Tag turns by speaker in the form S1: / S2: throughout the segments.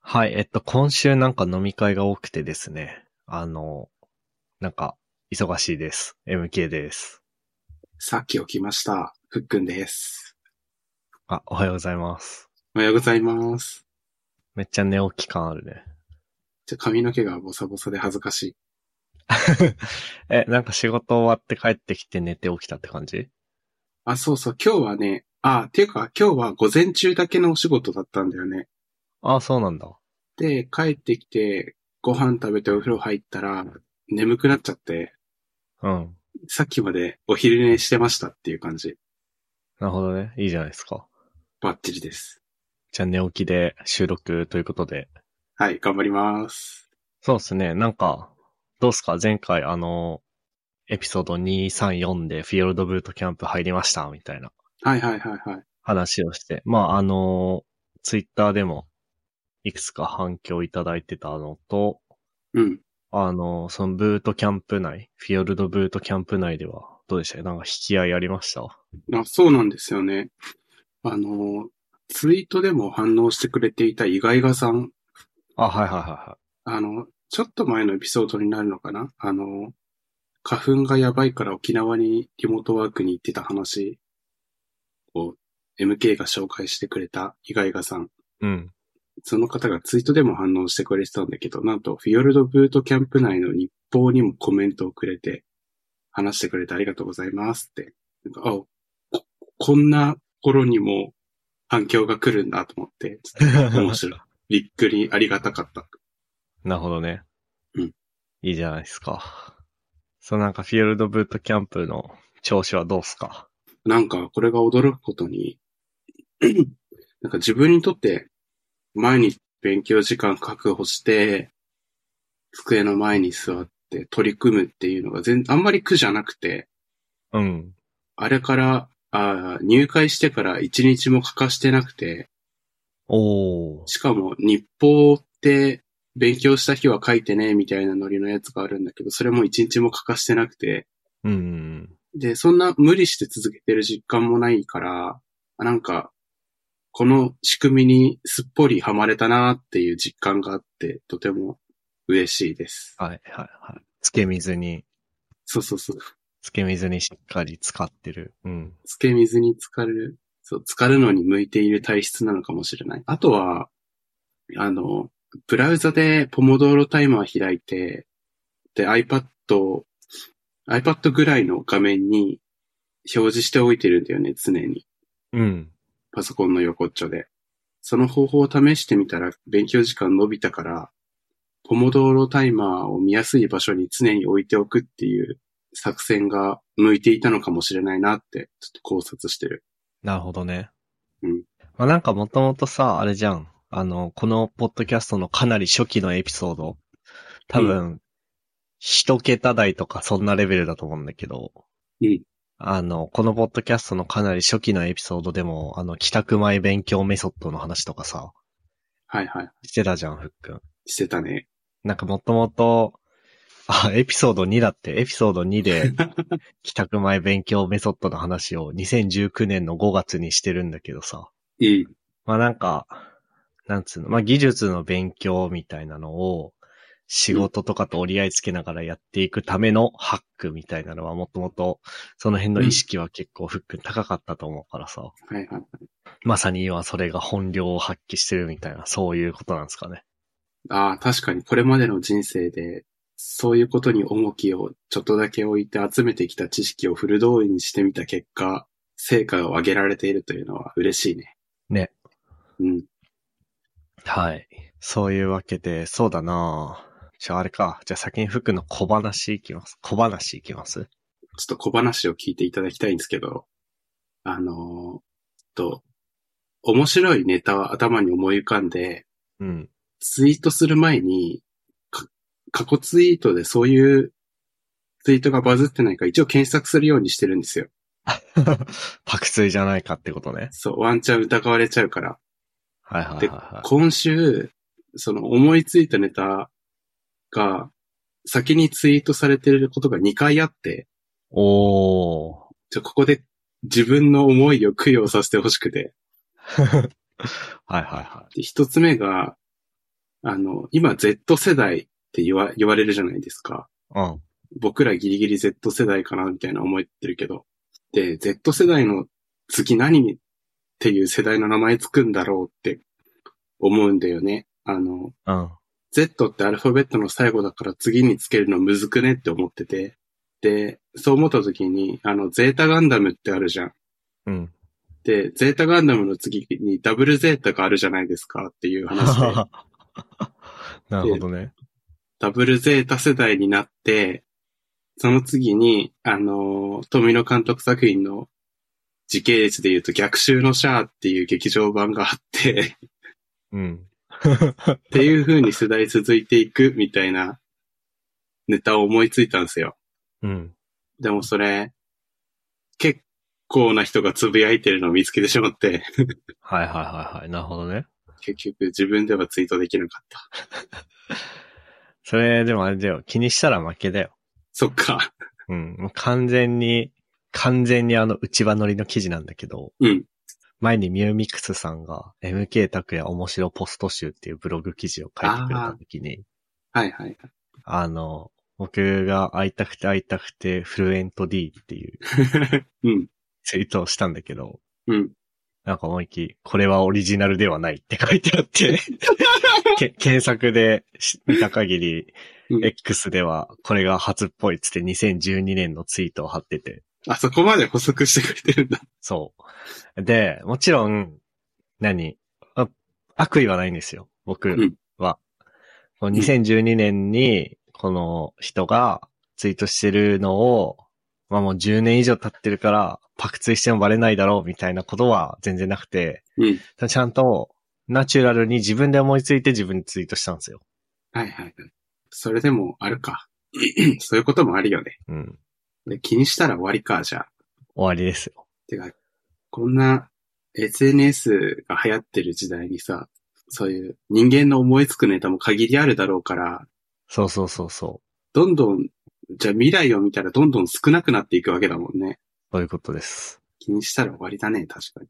S1: はい、えっと、今週なんか飲み会が多くてですね。あの、なんか、忙しいです。MK です。
S2: さっき起きました。ふっくんです。
S1: あ、おはようございます。
S2: おはようございます。
S1: めっちゃ寝起き感あるね。
S2: じゃ、髪の毛がボサボサで恥ずかしい。
S1: え、なんか仕事終わって帰ってきて寝て起きたって感じ
S2: あ、そうそう。今日はね、あ、っていうか今日は午前中だけのお仕事だったんだよね。
S1: あ、そうなんだ。
S2: で、帰ってきて、ご飯食べてお風呂入ったら、眠くなっちゃって。
S1: うん。
S2: さっきまでお昼寝してましたっていう感じ。
S1: なるほどね。いいじゃないですか。
S2: バッチリです。
S1: じゃあ寝起きで収録ということで。
S2: はい、頑張ります。
S1: そうですね。なんか、どうすか前回あの、エピソード234でフィールドブートキャンプ入りましたみたいな。
S2: はいはいはいはい。
S1: 話をして。まああの、ツイッターでもいくつか反響いただいてたのと、
S2: うん。
S1: あの、そのブートキャンプ内、フィヨルドブートキャンプ内では、どうでしたなんか引き合いありましたあ、
S2: そうなんですよね。あの、ツイートでも反応してくれていたイガイガさん。
S1: あ、はいはいはいはい。
S2: あの、ちょっと前のエピソードになるのかなあの、花粉がやばいから沖縄にリモートワークに行ってた話を MK が紹介してくれたイガイガさん。
S1: うん。
S2: その方がツイートでも反応してくれてたんだけど、なんとフィヨルドブートキャンプ内の日報にもコメントをくれて、話してくれてありがとうございますって。なんかあこ、こんな頃にも反響が来るんだと思って、っ面白い。びっくりありがたかった。
S1: なるほどね。
S2: うん。
S1: いいじゃないですか。そうなんかフィヨルドブートキャンプの調子はどうすか
S2: なんかこれが驚くことに なんか自分にとって毎日勉強時間確保して、机の前に座って取り組むっていうのが全、あんまり苦じゃなくて。
S1: うん。
S2: あれから、あ入会してから一日も欠かしてなくて。
S1: お
S2: しかも日報って勉強した日は書いてね、みたいなノリのやつがあるんだけど、それも一日も欠かしてなくて。
S1: うん。
S2: で、そんな無理して続けてる実感もないから、なんか、この仕組みにすっぽりはまれたなっていう実感があって、とても嬉しいです。
S1: はい、はい、はい。つけ水に。
S2: そうそうそう。
S1: つけ水にしっかり使ってる。うん。
S2: つけ水に浸かる。そう、浸かるのに向いている体質なのかもしれない。あとは、あの、ブラウザでポモドーロタイマー開いて、で、iPad、iPad ぐらいの画面に表示しておいてるんだよね、常に。
S1: うん。
S2: パソコンの横っちょで。その方法を試してみたら勉強時間伸びたから、ポモドーロタイマーを見やすい場所に常に置いておくっていう作戦が向いていたのかもしれないなって、ちょっと考察してる。
S1: なるほどね。
S2: うん。
S1: まあ、なんかもともとさ、あれじゃん。あの、このポッドキャストのかなり初期のエピソード。多分、一、うん、桁台とかそんなレベルだと思うんだけど。
S2: うん。
S1: あの、このポッドキャストのかなり初期のエピソードでも、あの、帰宅前勉強メソッドの話とかさ。
S2: はいはい。
S1: してたじゃん、ふっくん。
S2: してたね。
S1: なんかもともと、あ、エピソード2だって、エピソード2で、 帰宅前勉強メソッドの話を2019年の5月にしてるんだけどさ。
S2: うん。
S1: まあなんか、なんつうの、まあ技術の勉強みたいなのを、仕事とかと折り合いつけながらやっていくためのハックみたいなのはもともと、その辺の意識は結構フック高かったと思うからさ。
S2: はいはいはい。
S1: まさに今それが本領を発揮してるみたいな、そういうことなんですかね。
S2: ああ、確かにこれまでの人生で、そういうことに重きをちょっとだけ置いて集めてきた知識をフル動員にしてみた結果、成果を上げられているというのは嬉しいね。
S1: ね。
S2: うん。
S1: はい。そういうわけで、そうだなぁ。じゃああれか。じゃあ先に服の小話いきます。小話いきます
S2: ちょっと小話を聞いていただきたいんですけど、あのー、と、面白いネタは頭に思い浮かんで、
S1: うん。
S2: ツイートする前に、か、過去ツイートでそういうツイートがバズってないか一応検索するようにしてるんですよ。
S1: パクツイじゃないかってことね。
S2: そう、ワンチャン疑われちゃうから。
S1: はいはいはい、はい、
S2: で、今週、その思いついたネタが、先にツイートされてることが2回あって。
S1: おー。
S2: じゃ、ここで自分の思いを供 養させてほしくて。。
S1: はいはいはい
S2: 一つ目が、あの、今 Z 世代って言わ、言われるじゃないですか。
S1: うん。
S2: 僕らギリギリ Z 世代かなみたいな思ってるけど。で、Z 世代の次何っていう世代の名前つくんだろうって思うんだよね。あの、
S1: うん。
S2: Z ってアルファベットの最後だから次につけるのむずくねって思ってて。で、そう思った時に、あの、ゼータガンダムってあるじゃん。
S1: うん。
S2: で、ゼータガンダムの次にダブルゼータがあるじゃないですかっていう話で。
S1: なるほどね。
S2: ダブルゼータ世代になって、その次に、あのー、富野監督作品の時系列で言うと逆襲のシャーっていう劇場版があって、
S1: うん。
S2: っていう風に世代続いていくみたいなネタを思いついたんですよ。
S1: うん。
S2: でもそれ、結構な人がつぶやいてるのを見つけてしまって、
S1: はいはいはいはい。なるほどね。
S2: 結局自分ではツイートできなかった。
S1: それ、でもあれだよ。気にしたら負けだよ。
S2: そっか。
S1: うん。もう完全に、完全にあの、内場乗りの記事なんだけど、
S2: うん。
S1: 前にミューミックスさんが MK 拓也面白ポスト集っていうブログ記事を書いてくれたときに、
S2: はいはい。
S1: あの、僕が会いたくて会いたくてフルエント D っていう
S2: うん。
S1: ツイートをしたんだけど、
S2: うん。
S1: なんか思いっきり、これはオリジナルではないって書いてあ って、け検索でし見た限り
S2: う、ん
S1: X ではこれが初っぽいっつって2012年のツイートを貼ってて、
S2: あそこまで補足してくれてるんだ。
S1: そう。で、もちろん、何あ悪意はないんですよ、
S2: うん
S1: 僕は。この2012年に、この人がツイートしてるのを、まあもう10年以上経ってるから、パクツイしてもバレないだろうみたいなことは全然なくて、
S2: うん。
S1: ちゃんとナチュラルに自分で思いついて自分でツイートしたんですよ。
S2: はいはい。それでもあるか。 そういうこともあるよね。
S1: うん。
S2: で気にしたら終わりか、じゃあ。
S1: 終わりですよ。
S2: てか、こんな SNS が流行ってる時代にさ、そういう人間の思いつくネタも限りあるだろうから、
S1: そうそうそうそう。
S2: どんどん、じゃあ未来を見たらどんどん少なくなっていくわけだもんね。
S1: そういうことです。
S2: 気にしたら終わりだね、確かに。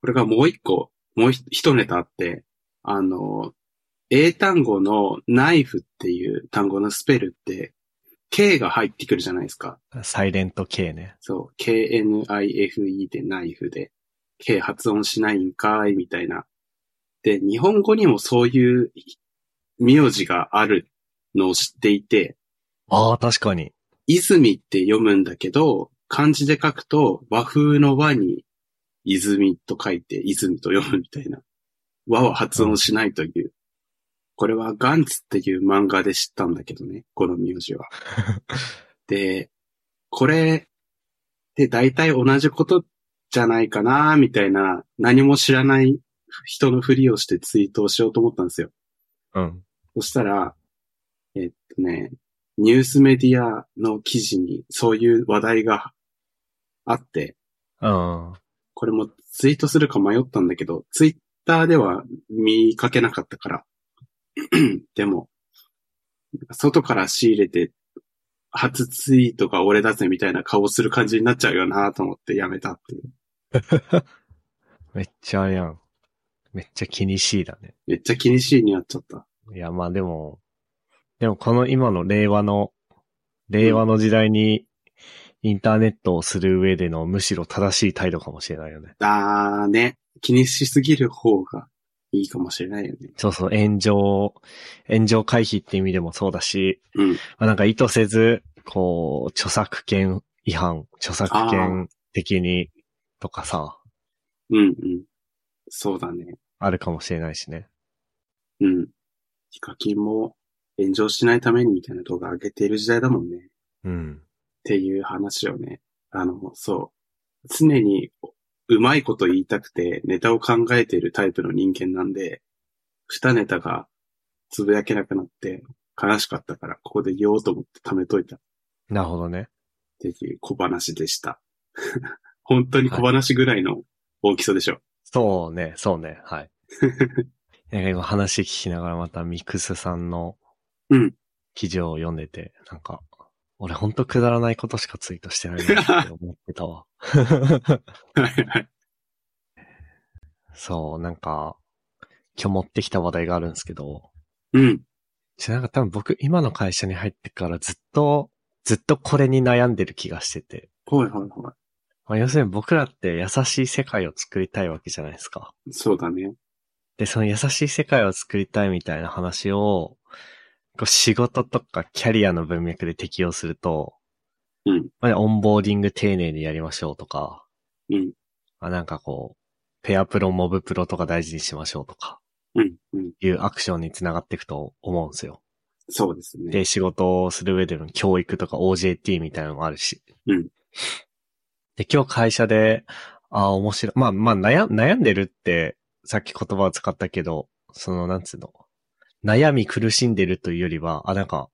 S2: これがもう一個、もうひ一ネタあって、あの、英単語のナイフっていう単語のスペルって、K が入ってくるじゃないですか。
S1: サイレント K ね。
S2: そう、KNIFE でナイフで、K 発音しないんかーい、みたいな。で、日本語にもそういう名字があるのを知っていて、
S1: ああ、確かに。
S2: 泉って読むんだけど、漢字で書くと和風の和に泉と書いて泉と読むみたいな。和は発音しないという。これはガンツっていう漫画で知ったんだけどね、この名字は。で、これで大体同じことじゃないかな、みたいな何も知らない人のふりをしてツイートをしようと思ったんですよ。
S1: うん。
S2: そしたら、えっとね、ニュースメディアの記事にそういう話題があって、
S1: うん。
S2: これもツイートするか迷ったんだけど、ツイッターでは見かけなかったから。 でも、外から仕入れて、初ツイートが俺だぜみたいな顔する感じになっちゃうよなと思ってやめたっていう。
S1: めっちゃあれやん。めっちゃ気にしいだね。
S2: めっちゃ気にしいになっちゃった。
S1: いや、まあでも、でもこの今の令和の、令和の時代にインターネットをする上でのむしろ正しい態度かもしれないよね。
S2: だーね。気にしすぎる方がいいかもしれないよね。
S1: そうそう、炎上、炎上回避って意味でもそうだし、
S2: うん。
S1: まあ、なんか意図せず、こう、著作権違反、著作権的にとかさ、
S2: うんうん。そうだね。
S1: あるかもしれないしね。
S2: うん。ヒカキンも炎上しないためにみたいな動画上げている時代だもんね。っ
S1: うん。
S2: ていう話をね。あの、そう。常にうまいこと言いたくてネタを考えているタイプの人間なんで、二ネタがつぶやけなくなって悲しかったから、ここで言おうと思って貯めといたっ
S1: なるほどね。
S2: ていう小話でした。 本当に小話ぐらいの大きさでしょ。
S1: そうね、そうね、はい。なんか今話聞きながらまたミクスさんの
S2: うん
S1: 記事を読んでて、なんか、俺ほんとくだらないことしかツイートしてないな って思ってたわ。
S2: はいはい。
S1: そう、なんか、今日持ってきた話題があるんですけど、
S2: うん。
S1: しなんか多分僕、今の会社に入ってからずっと、ずっとこれに悩んでる気がしてて。
S2: はいはいは
S1: まあ、要するに僕らって優しい世界を作りたいわけじゃないですか。
S2: い。そうだね。
S1: で、その優しい世界を作りたいみたいな話を、こう仕事とかキャリアの文脈で適用すると、
S2: うん。
S1: まあ、オンボーディング丁寧にやりましょうとか、
S2: うん。
S1: まあ、なんかこう、ペアプロ、モブプロとか大事にしましょうとか、
S2: うん。うん。
S1: いうアクションにつながっていくと思うんですよ。
S2: そうですね。
S1: で、仕事をする上での教育とか OJT みたいなのもあるし。
S2: うん。
S1: で、今日会社で、ああ、面白い。まあまあ悩、悩んでるって、さっき言葉を使ったけど、その、なんつうの。悩み苦しんでるというよりは、あ、なんか、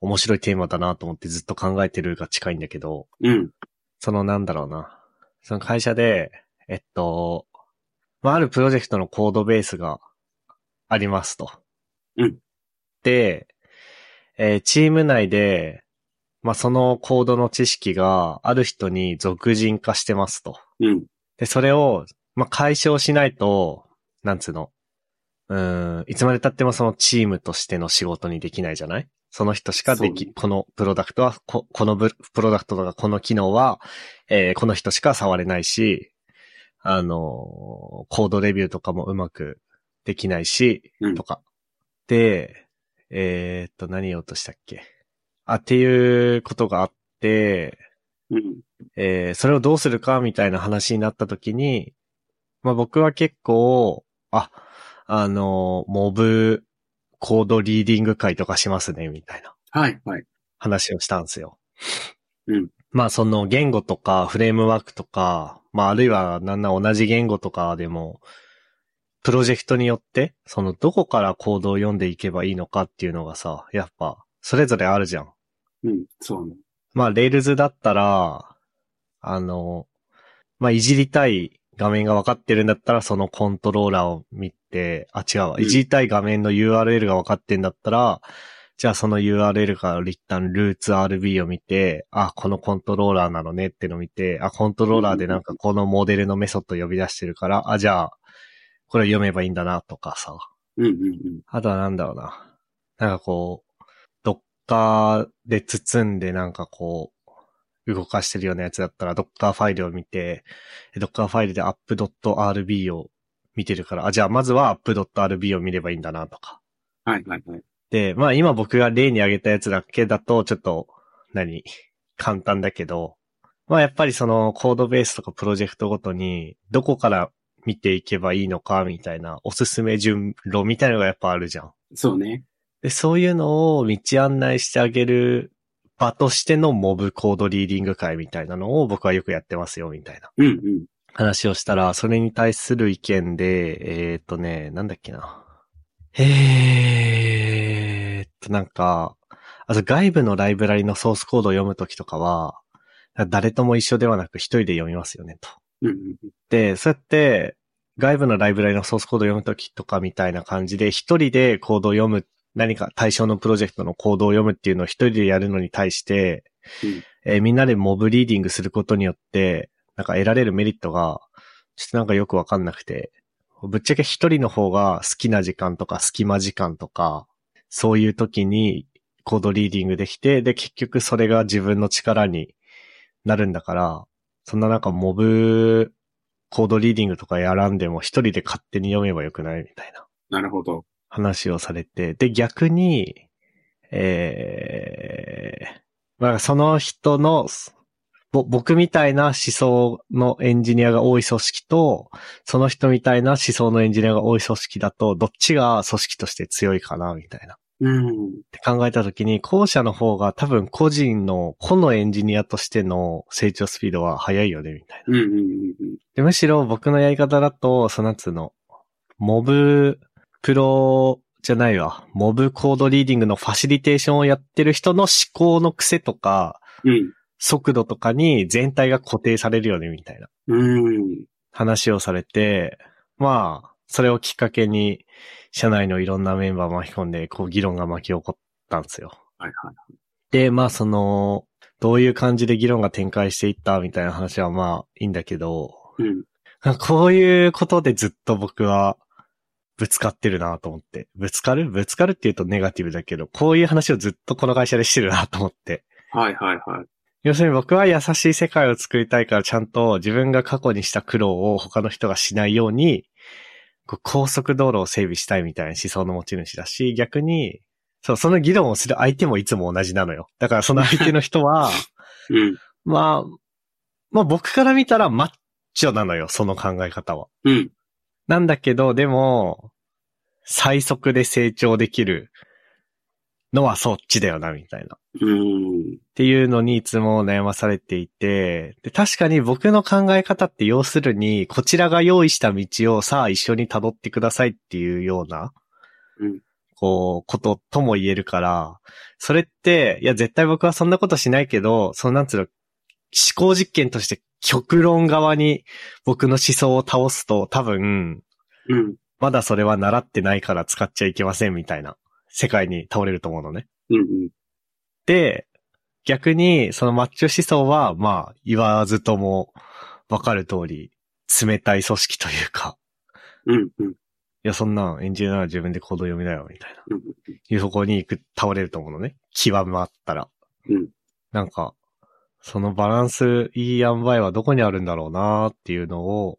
S1: 面白いテーマだなと思ってずっと考えてるが近いんだけど、
S2: うん。
S1: そのなんだろうな。その会社で、えっと、まあ、あるプロジェクトのコードベースがありますと。
S2: うん。
S1: で、えーチーム内で、まあ、そのコードの知識がある人に俗人化してますと。
S2: うん。
S1: で、それを、まあ、解消しないと、なんつうの。うーん、いつまで経ってもそのチームとしての仕事にできないじゃないその人しかでき、
S2: そうね
S1: このプロダクトは、ここのブプロダクトとかこの機能は、えーこの人しか触れないし、あのーコードレビューとかもうまくできないし、
S2: うん
S1: とか。で、えーっと、何言おうとしたっけあ、っていうことがあって、
S2: うん。
S1: えーそれをどうするかみたいな話になった時に、まあ僕は結構、あ、あのー、モブコードリーディング会とかしますね、みたいな
S2: はいはい。
S1: 話をしたんですよ。
S2: うん。
S1: まあその言語とかフレームワークとか、まああるいはなんなら同じ言語とかでも、プロジェクトによって、そのどこからコードを読んでいけばいいのかっていうのがさ、やっぱ、それぞれあるじゃん。
S2: うん。そうね。
S1: まあ、レールズだったら、あの、まあ、いじりたい画面が分かってるんだったら、そのコントローラーを見て、あ、違うわ、
S2: うん
S1: いじりたい画面の URL が分かってんだったら、じゃあその URL から一旦ルーツ RB を見て、あ、このコントローラーなのねってのを見て、あ、コントローラーでなんかこのモデルのメソッドを呼び出してるから、あ、じゃあ、これを読めばいいんだなとかさ。
S2: うんうんうん。
S1: あとはなんだろうな。なんかこう、どっかで包んでなんかこう、動かしてるようなやつだったら、ドッカーファイルを見て、ドッカーファイルで app.rb を見てるから、あ、じゃあまずは app.rb を見ればいいんだなとか。
S2: はいはいはい。
S1: で、まあ今僕が例に挙げたやつだけだと、ちょっと、何、簡単だけど、まあやっぱりそのコードベースとかプロジェクトごとに、どこから見ていけばいいのかみたいな、おすすめ順路みたいなのがやっぱあるじゃん。
S2: そうね。
S1: で、そういうのを道案内してあげる場としてのモブコードリーディング会みたいなのを僕はよくやってますよ、みたいな
S2: うんうん。
S1: 話をしたら、それに対する意見で、えーっとね、なんだっけな。えーっと、なんか、あと外部のライブラリのソースコードを読むときとかは、誰とも一緒ではなく一人で読みますよね、と。
S2: うんうんうん。
S1: で、そうやって、外部のライブラリのソースコードを読むときとかみたいな感じで、一人でコードを読む、何か対象のプロジェクトのコードを読むっていうのを一人でやるのに対して、
S2: うん
S1: えーみんなでモブリーディングすることによって、なんか得られるメリットが、ちょっとなんかよくわかんなくて、ぶっちゃけ一人の方が好きな時間とか隙間時間とか、そういう時にコードリーディングできて、で、結局それが自分の力になるんだから、そんななんかモブコードリーディングとかやらんでも一人で勝手に読めばよくないみたいな
S2: なるほど。
S1: 話をされて、で、逆に、えー、まあその人の、ぼ僕みたいな思想のエンジニアが多い組織と、その人みたいな思想のエンジニアが多い組織だと、どっちが組織として強いかな、みたいな。
S2: うん。
S1: って考えたときに、後者の方が多分個人の個のエンジニアとしての成長スピードは速いよね、みたいな。
S2: うんうんうんうん。
S1: で、むしろ僕のやり方だと、そのなんつうの、モブプロじゃないわ。モブコードリーディングのファシリテーションをやってる人の思考の癖とか、
S2: うん。
S1: 速度とかに全体が固定されるよね、みたいな
S2: うん。
S1: 話をされて、まあ、それをきっかけに、社内のいろんなメンバー巻き込んで、こう議論が巻き起こったんですよ。
S2: はいはい。
S1: で、まあその、どういう感じで議論が展開していったみたいな話はまあいいんだけど、
S2: うん。
S1: こういうことでずっと僕は、ぶつかってるなと思って。ぶつかるぶつかるって言うとネガティブだけど、こういう話をずっとこの会社でしてるなと思って。
S2: はいはいはい。
S1: 要するに僕は優しい世界を作りたいからちゃんと自分が過去にした苦労を他の人がしないように、こう高速道路を整備したいみたいな思想の持ち主だし、逆に、そう、その議論をする相手もいつも同じなのよ。だからその相手の人は、
S2: うん。
S1: まあ、まあ僕から見たらマッチョなのよ、その考え方は。
S2: うん。
S1: なんだけど、でも、最速で成長できるのはそっちだよな、みたいな。
S2: うー
S1: っ
S2: ん。
S1: ていうのにいつも悩まされていて、で確かに僕の考え方って要するに、こちらが用意した道をさあ一緒に辿ってくださいっていうような、
S2: うん
S1: こう、こととも言えるから、それって、いや絶対僕はそんなことしないけど、そのなんつうの、思考実験として極論側に僕の思想を倒すと多分、
S2: うん。
S1: まだそれは習ってないから使っちゃいけませんみたいな世界に倒れると思うのね。
S2: うん。うん。
S1: で、逆に、そのマッチョ思想は、まあ、言わずとも、わかる通り、冷たい組織というか、
S2: うん。うん。
S1: いや、そんなん、エンジニアなら自分で行動読みなよ、みたいな。
S2: うん。
S1: いう方向に行く、倒れると思うのね。極まったら。
S2: うん。
S1: なんか、そのバランス、いい塩梅はどこにあるんだろうなっていうのを、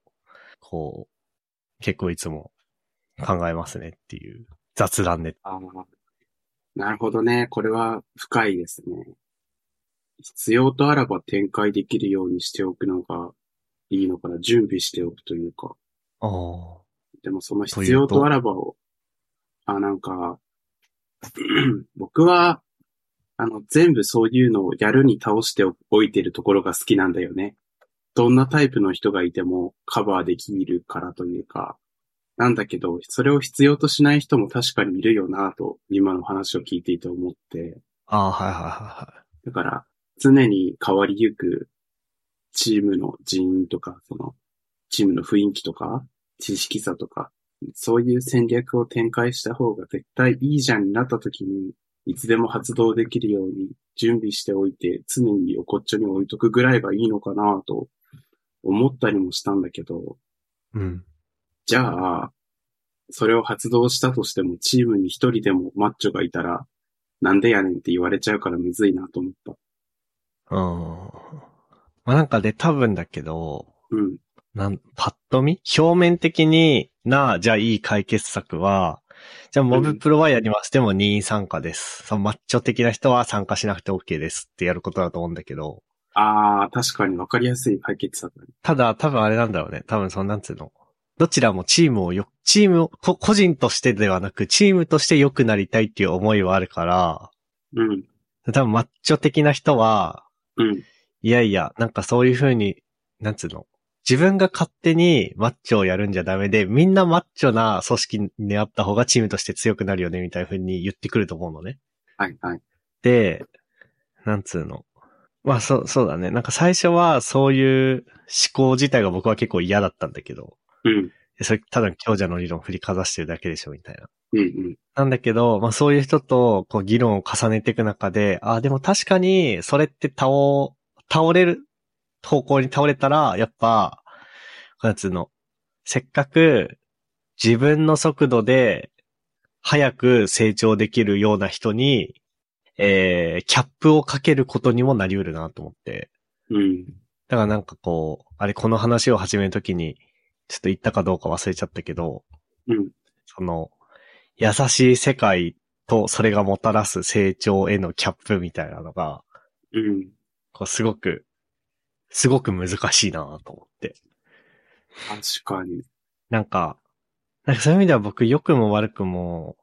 S1: こう、結構いつも考えますねっていう雑談で。
S2: ああ。なるほどね。これは深いですね。必要とあらば展開できるようにしておくのがいいのかな。準備しておくというか。
S1: ああ。
S2: でもそ
S1: と
S2: の
S1: いうと
S2: 必要とあらばを、あ、なんか、 僕は、あの、全部そういうのをやるに倒しておいてるところが好きなんだよね。どんなタイプの人がいてもカバーできるからというか、なんだけど、それを必要としない人も確かにいるよなと、今の話を聞いていて思って、
S1: ああ、はいはいはいはい。
S2: だから、常に変わりゆくチームの人員とか、その、チームの雰囲気とか、知識差とか、そういう戦略を展開した方が絶対いいじゃんになった時に、いつでも発動できるように準備しておいて、常に横っちょに置いとくぐらいがいいのかなと思ったりもしたんだけど、
S1: うん。
S2: じゃあ、それを発動したとしてもチームに一人でもマッチョがいたら、なんでやねんって言われちゃうからむずいなと思っ
S1: う
S2: た。
S1: ん。まあ、なんかで多分だけど、
S2: うん。
S1: なん、パッと見表面的にな、じゃあいい解決策は、じゃあモブプロはやります。でも任意参加です。そのマッチョ的な人は参加しなくて OK ですってやることだと思うんだけど、
S2: ああ、確かに分かりやすい解決策だね。
S1: ただ多分あれなんだろうね。多分そのなんつうの。どちらもチームをよ、チームを、こ個人としてではなく、チームとして良くなりたいっていう思いはあるから、
S2: うん、
S1: 多分マッチョ的な人は、
S2: うん、
S1: いやいや、なんかそういう風に、なんつうの。自分が勝手にマッチョをやるんじゃダメで、みんなマッチョな組織にあった方がチームとして強くなるよね、みたいな風に言ってくると思うのね。
S2: はい、はい。
S1: で、なんつうの。まあ、そう、そうだね。なんか最初はそういう思考自体が僕は結構嫌だったんだけど、
S2: うん、
S1: それただの強者の理論を振りかざしてるだけでしょ、みたいな。
S2: うん、うん、
S1: なんだけど、まあそういう人と、こう議論を重ねていく中で、ああ、でも確かに、それって倒、倒れる、方向に倒れたら、やっぱ、こやつの、せっかく、自分の速度で、早く成長できるような人に、えー、キャップをかけることにもなり得るなと思って。
S2: うん。
S1: だからなんかこう、あれこの話を始めるときに、ちょっと言ったかどうか忘れちゃったけど、
S2: うん
S1: その、優しい世界とそれがもたらす成長へのキャップみたいなのが、
S2: うん。
S1: こうすごく、すごく難しいなと思って。
S2: 確かに。
S1: なんか、なんかそういう意味では僕良くも悪くも、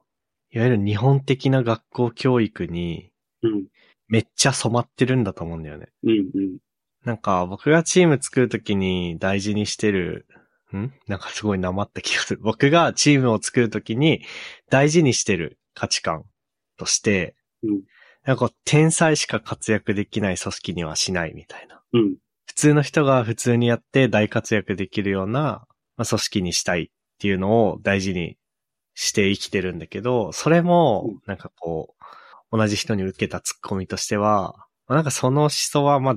S1: いわゆる日本的な学校教育に
S2: うん、
S1: めっちゃ染まってるんだと思うんだよね。
S2: うん、うん。
S1: なんか、僕がチーム作るときに大事にしてる、んなんかすごいなまった気がする。 僕がチームを作るときに大事にしてる価値観として、
S2: うん
S1: なんかこう天才しか活躍できない組織にはしないみたいな。
S2: うん、
S1: 普通の人が普通にやって大活躍できるような、まあ、組織にしたいっていうのを大事にして生きてるんだけど、それ
S2: う
S1: も
S2: ん、
S1: なんかこう、同じ人に受けたツッコミとしては、まあなんかその思想はまあ、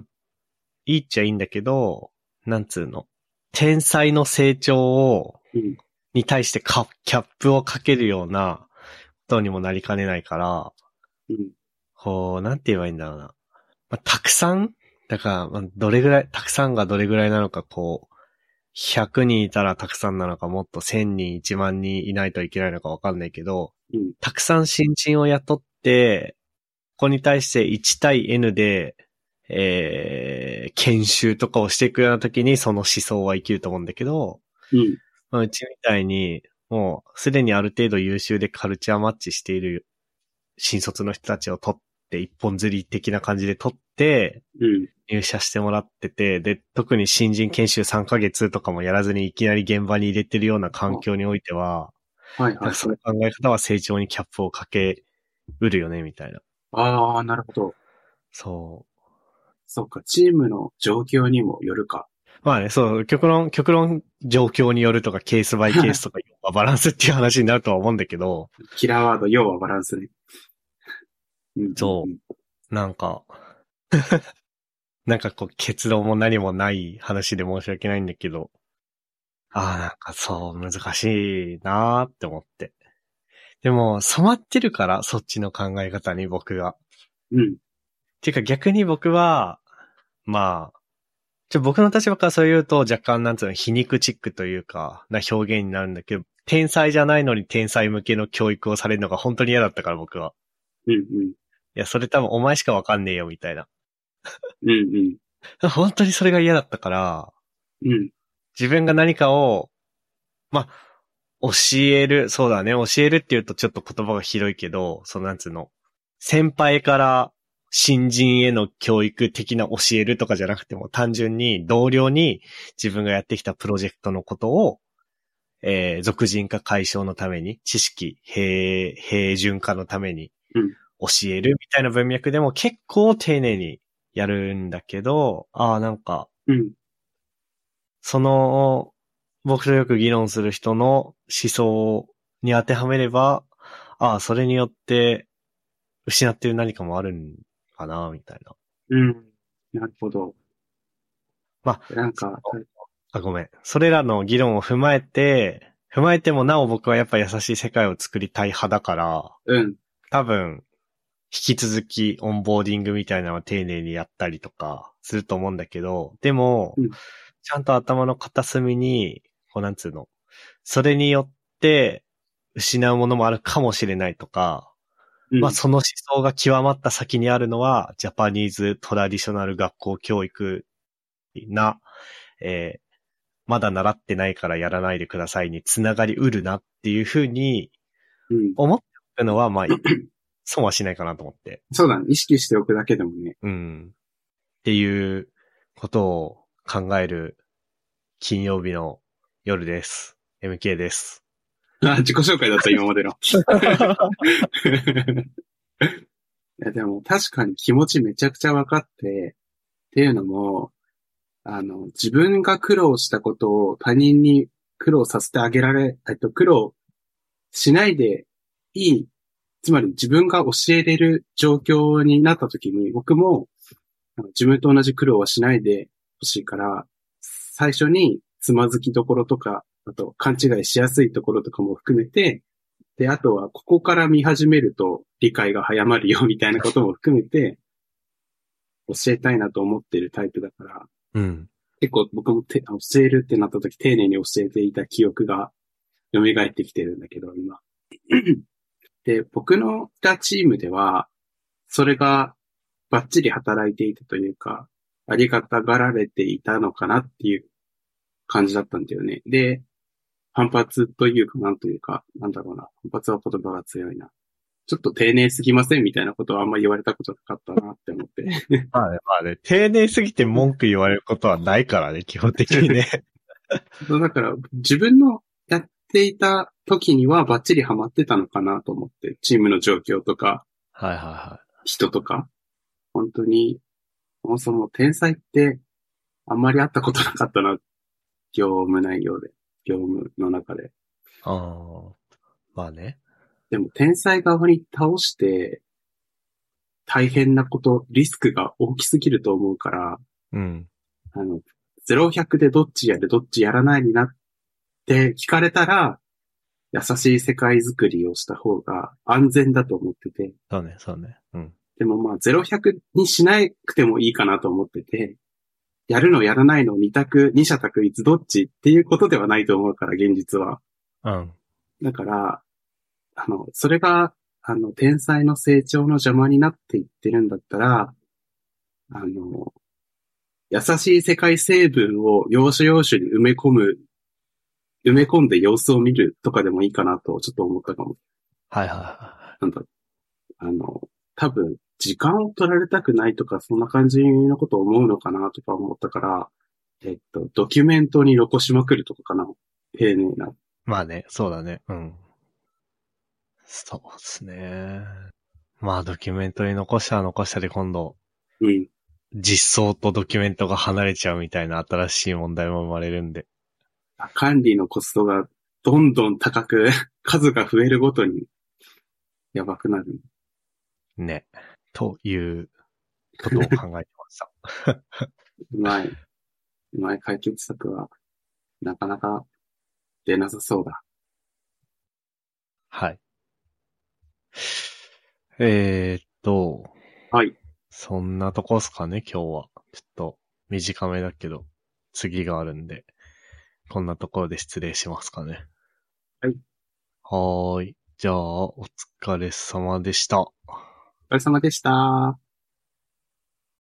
S1: いいっちゃいいんだけど、なんつうの、天才の成長を
S2: うん
S1: に対してカキャップをかけるようなことにもなりかねないから、
S2: うん。
S1: こう、なんて言えばいいんだろうな。まあ、たくさんだから、まあ、どれぐらい、たくさんがどれぐらいなのか、こう、100人いたらたくさんなのか、もっと1000人、1万人いないといけないのかわかんないけど、
S2: うん
S1: たくさん新人を雇って、ここに対して1対 N で、えー、研修とかをしていくような時にその思想は生きると思うんだけど、
S2: うん。
S1: まあ、うちみたいに、もうすでにある程度優秀でカルチャーマッチしている新卒の人たちを取って、一本釣り的な感じで取って、
S2: うん。
S1: 入社してもらってて、で、特に新人研修3ヶ月とかもやらずにいきなり現場に入れてるような環境においては、
S2: は
S1: なん
S2: いは
S1: か
S2: い。
S1: その考え方は成長にキャップをかけうるよね、みたいな。
S2: ああ、なるほど。
S1: そ
S2: そうか、チームの状況にもよるか。
S1: う。まあね、そう、極論、極論状況によるとか、ケースバイケースとか、要はバランスっていう話になるとは思うんだけど、
S2: キラーワード、要はバランスね。うん
S1: そ
S2: うん。
S1: なんか、 なんかこう結論も何もない話で申し訳ないんだけど、ああ、なんかそう難しいなーって思って。でも染まってるから、そっちの考え方に僕が。
S2: うん。
S1: ていうか逆に僕は、まあ、ちょ僕の立場からそう言うと若干なんつうの皮肉チックというか、な表現になるんだけど、天才じゃないのに天才向けの教育をされるのが本当に嫌だったから僕は。
S2: うん。うん。
S1: いや、それ多分お前しかわかんねえよみたいな。
S2: うん。うん。
S1: 本当にそれが嫌だったから、
S2: うん。
S1: 自分が何かを、まあ、教える、そうだね、教えるって言うとちょっと言葉が広いけど、そのなんつうの、先輩から新人への教育的な教えるとかじゃなくても、単純に同僚に自分がやってきたプロジェクトのことを、えー、俗人化解消のために、知識平、平準化のために
S2: うん、
S1: 教えるみたいな文脈でも結構丁寧にやるんだけど、ああ、なんか、
S2: うん。
S1: その、僕とよく議論する人の思想に当てはめれば、ああ、それによって失ってる何かもあるんかな、みたいな。
S2: うん。なるほど。
S1: ま
S2: あ、なんか、
S1: あ、ごめん。それらの議論を踏まえて、踏まえてもなお僕はやっぱ優しい世界を作りたい派だから、
S2: うん。
S1: 多分、引き続きオンボーディングみたいなのは丁寧にやったりとかすると思うんだけど、でも、
S2: うん
S1: ちゃんと頭の片隅に、こうなんつうの、それによって失うものもあるかもしれないとか、
S2: うん
S1: まあその思想が極まった先にあるのは、ジャパニーズトラディショナル学校教育な、えーまだ習ってないからやらないでくださいにつながりうるなっていうふうに
S2: うん。
S1: 思っておくの は、まあ、損はしないかなと思って。
S2: そうだね。意識しておくだけでもね。
S1: うん。っていうことを考える金曜日の夜です。MK です。
S2: あ、自己紹介だった、今までの。
S1: う
S2: いや、でも確かに気持ちめちゃくちゃ分かって、っていうのも、あの、自分が苦労したことを他人に苦労させてあげられ、えっと、苦労しないでいい、つまり自分が教えれる状況になった時に、僕もあの自分と同じ苦労はしないでほしいから、最初につまずきどころとか、あと勘違いしやすいところとかも含めて、で、あとは、ここから見始めると理解が早まるよみたいなことも含めて、教えたいなと思ってるタイプだから、
S1: ん。
S2: 結構僕もて教えるってなった時丁寧に教えていた記憶が蘇ってきてるんだけど、今。で、僕のいたチームでは、それがバッチリ働いていたというか、ありがたがられていたのかなっていう感じだったんだよね。で、反発というか、なんというか、なんだろうな。反発は言葉が強いな。ちょっと丁寧すぎませんみたいなことはあんま言われたことなかったなって思って。
S1: まあね、まあね、丁寧すぎて文句言われることはないから ね、基本的にね。
S2: そうだから、自分のやっていた時にはバッチリハマってたのかなと思って、チームの状況とか、
S1: はいはいは
S2: 人とか、本当に、そもそも天才って、あんまり会ったことなかったな、業務内容で、業務の中で。
S1: い。あーまあね。
S2: でも天才側に倒して、大変なこと、リスクが大きすぎると思うから、
S1: うん。
S2: あの、0100でどっちやる、どっちやらないになっで、聞かれたら、優しい世界づくりをした方が安全だと思ってて、
S1: そうね、そうね。うん。
S2: でもまあ、0100にしなくてもいいかなと思ってて、やるのやらないの二択、二者択一どっちっていうことではないと思うから、現実は。
S1: うん。
S2: だから、あの、それが、あの、天才の成長の邪魔になっていってるんだったら、あの、優しい世界成分を要所要所に埋め込む、埋め込んで様子を見るとかでもいいかなと、ちょっと思ったかも。
S1: はいはいは
S2: なんだ、あの、多分、時間を取られたくないとか、そんな感じのことを思うのかなとか思ったから、えっと、ドキュメントに残しまくるとかかな。丁寧な。
S1: い。まあね、そうだね。うん。そうですね。まあ、ドキュメントに残したら残したで今度、
S2: うん。
S1: 実装とドキュメントが離れちゃうみたいな新しい問題も生まれるんで。
S2: 管理のコストがどんどん高く、 数が増えるごとに、やばくなる。
S1: ね。ということを考えてました。
S2: うまい、うまい解決策は、なかなか出なさそうだ。
S1: はい。 えー、っと、
S2: はい。
S1: そんなとこっすかね、今日は。ちょっと短めだけど、次があるんで、こんなところで失礼しますかね。
S2: はい。
S1: はーい。じゃあ、お疲れ様でした。
S2: お疲れ様でした。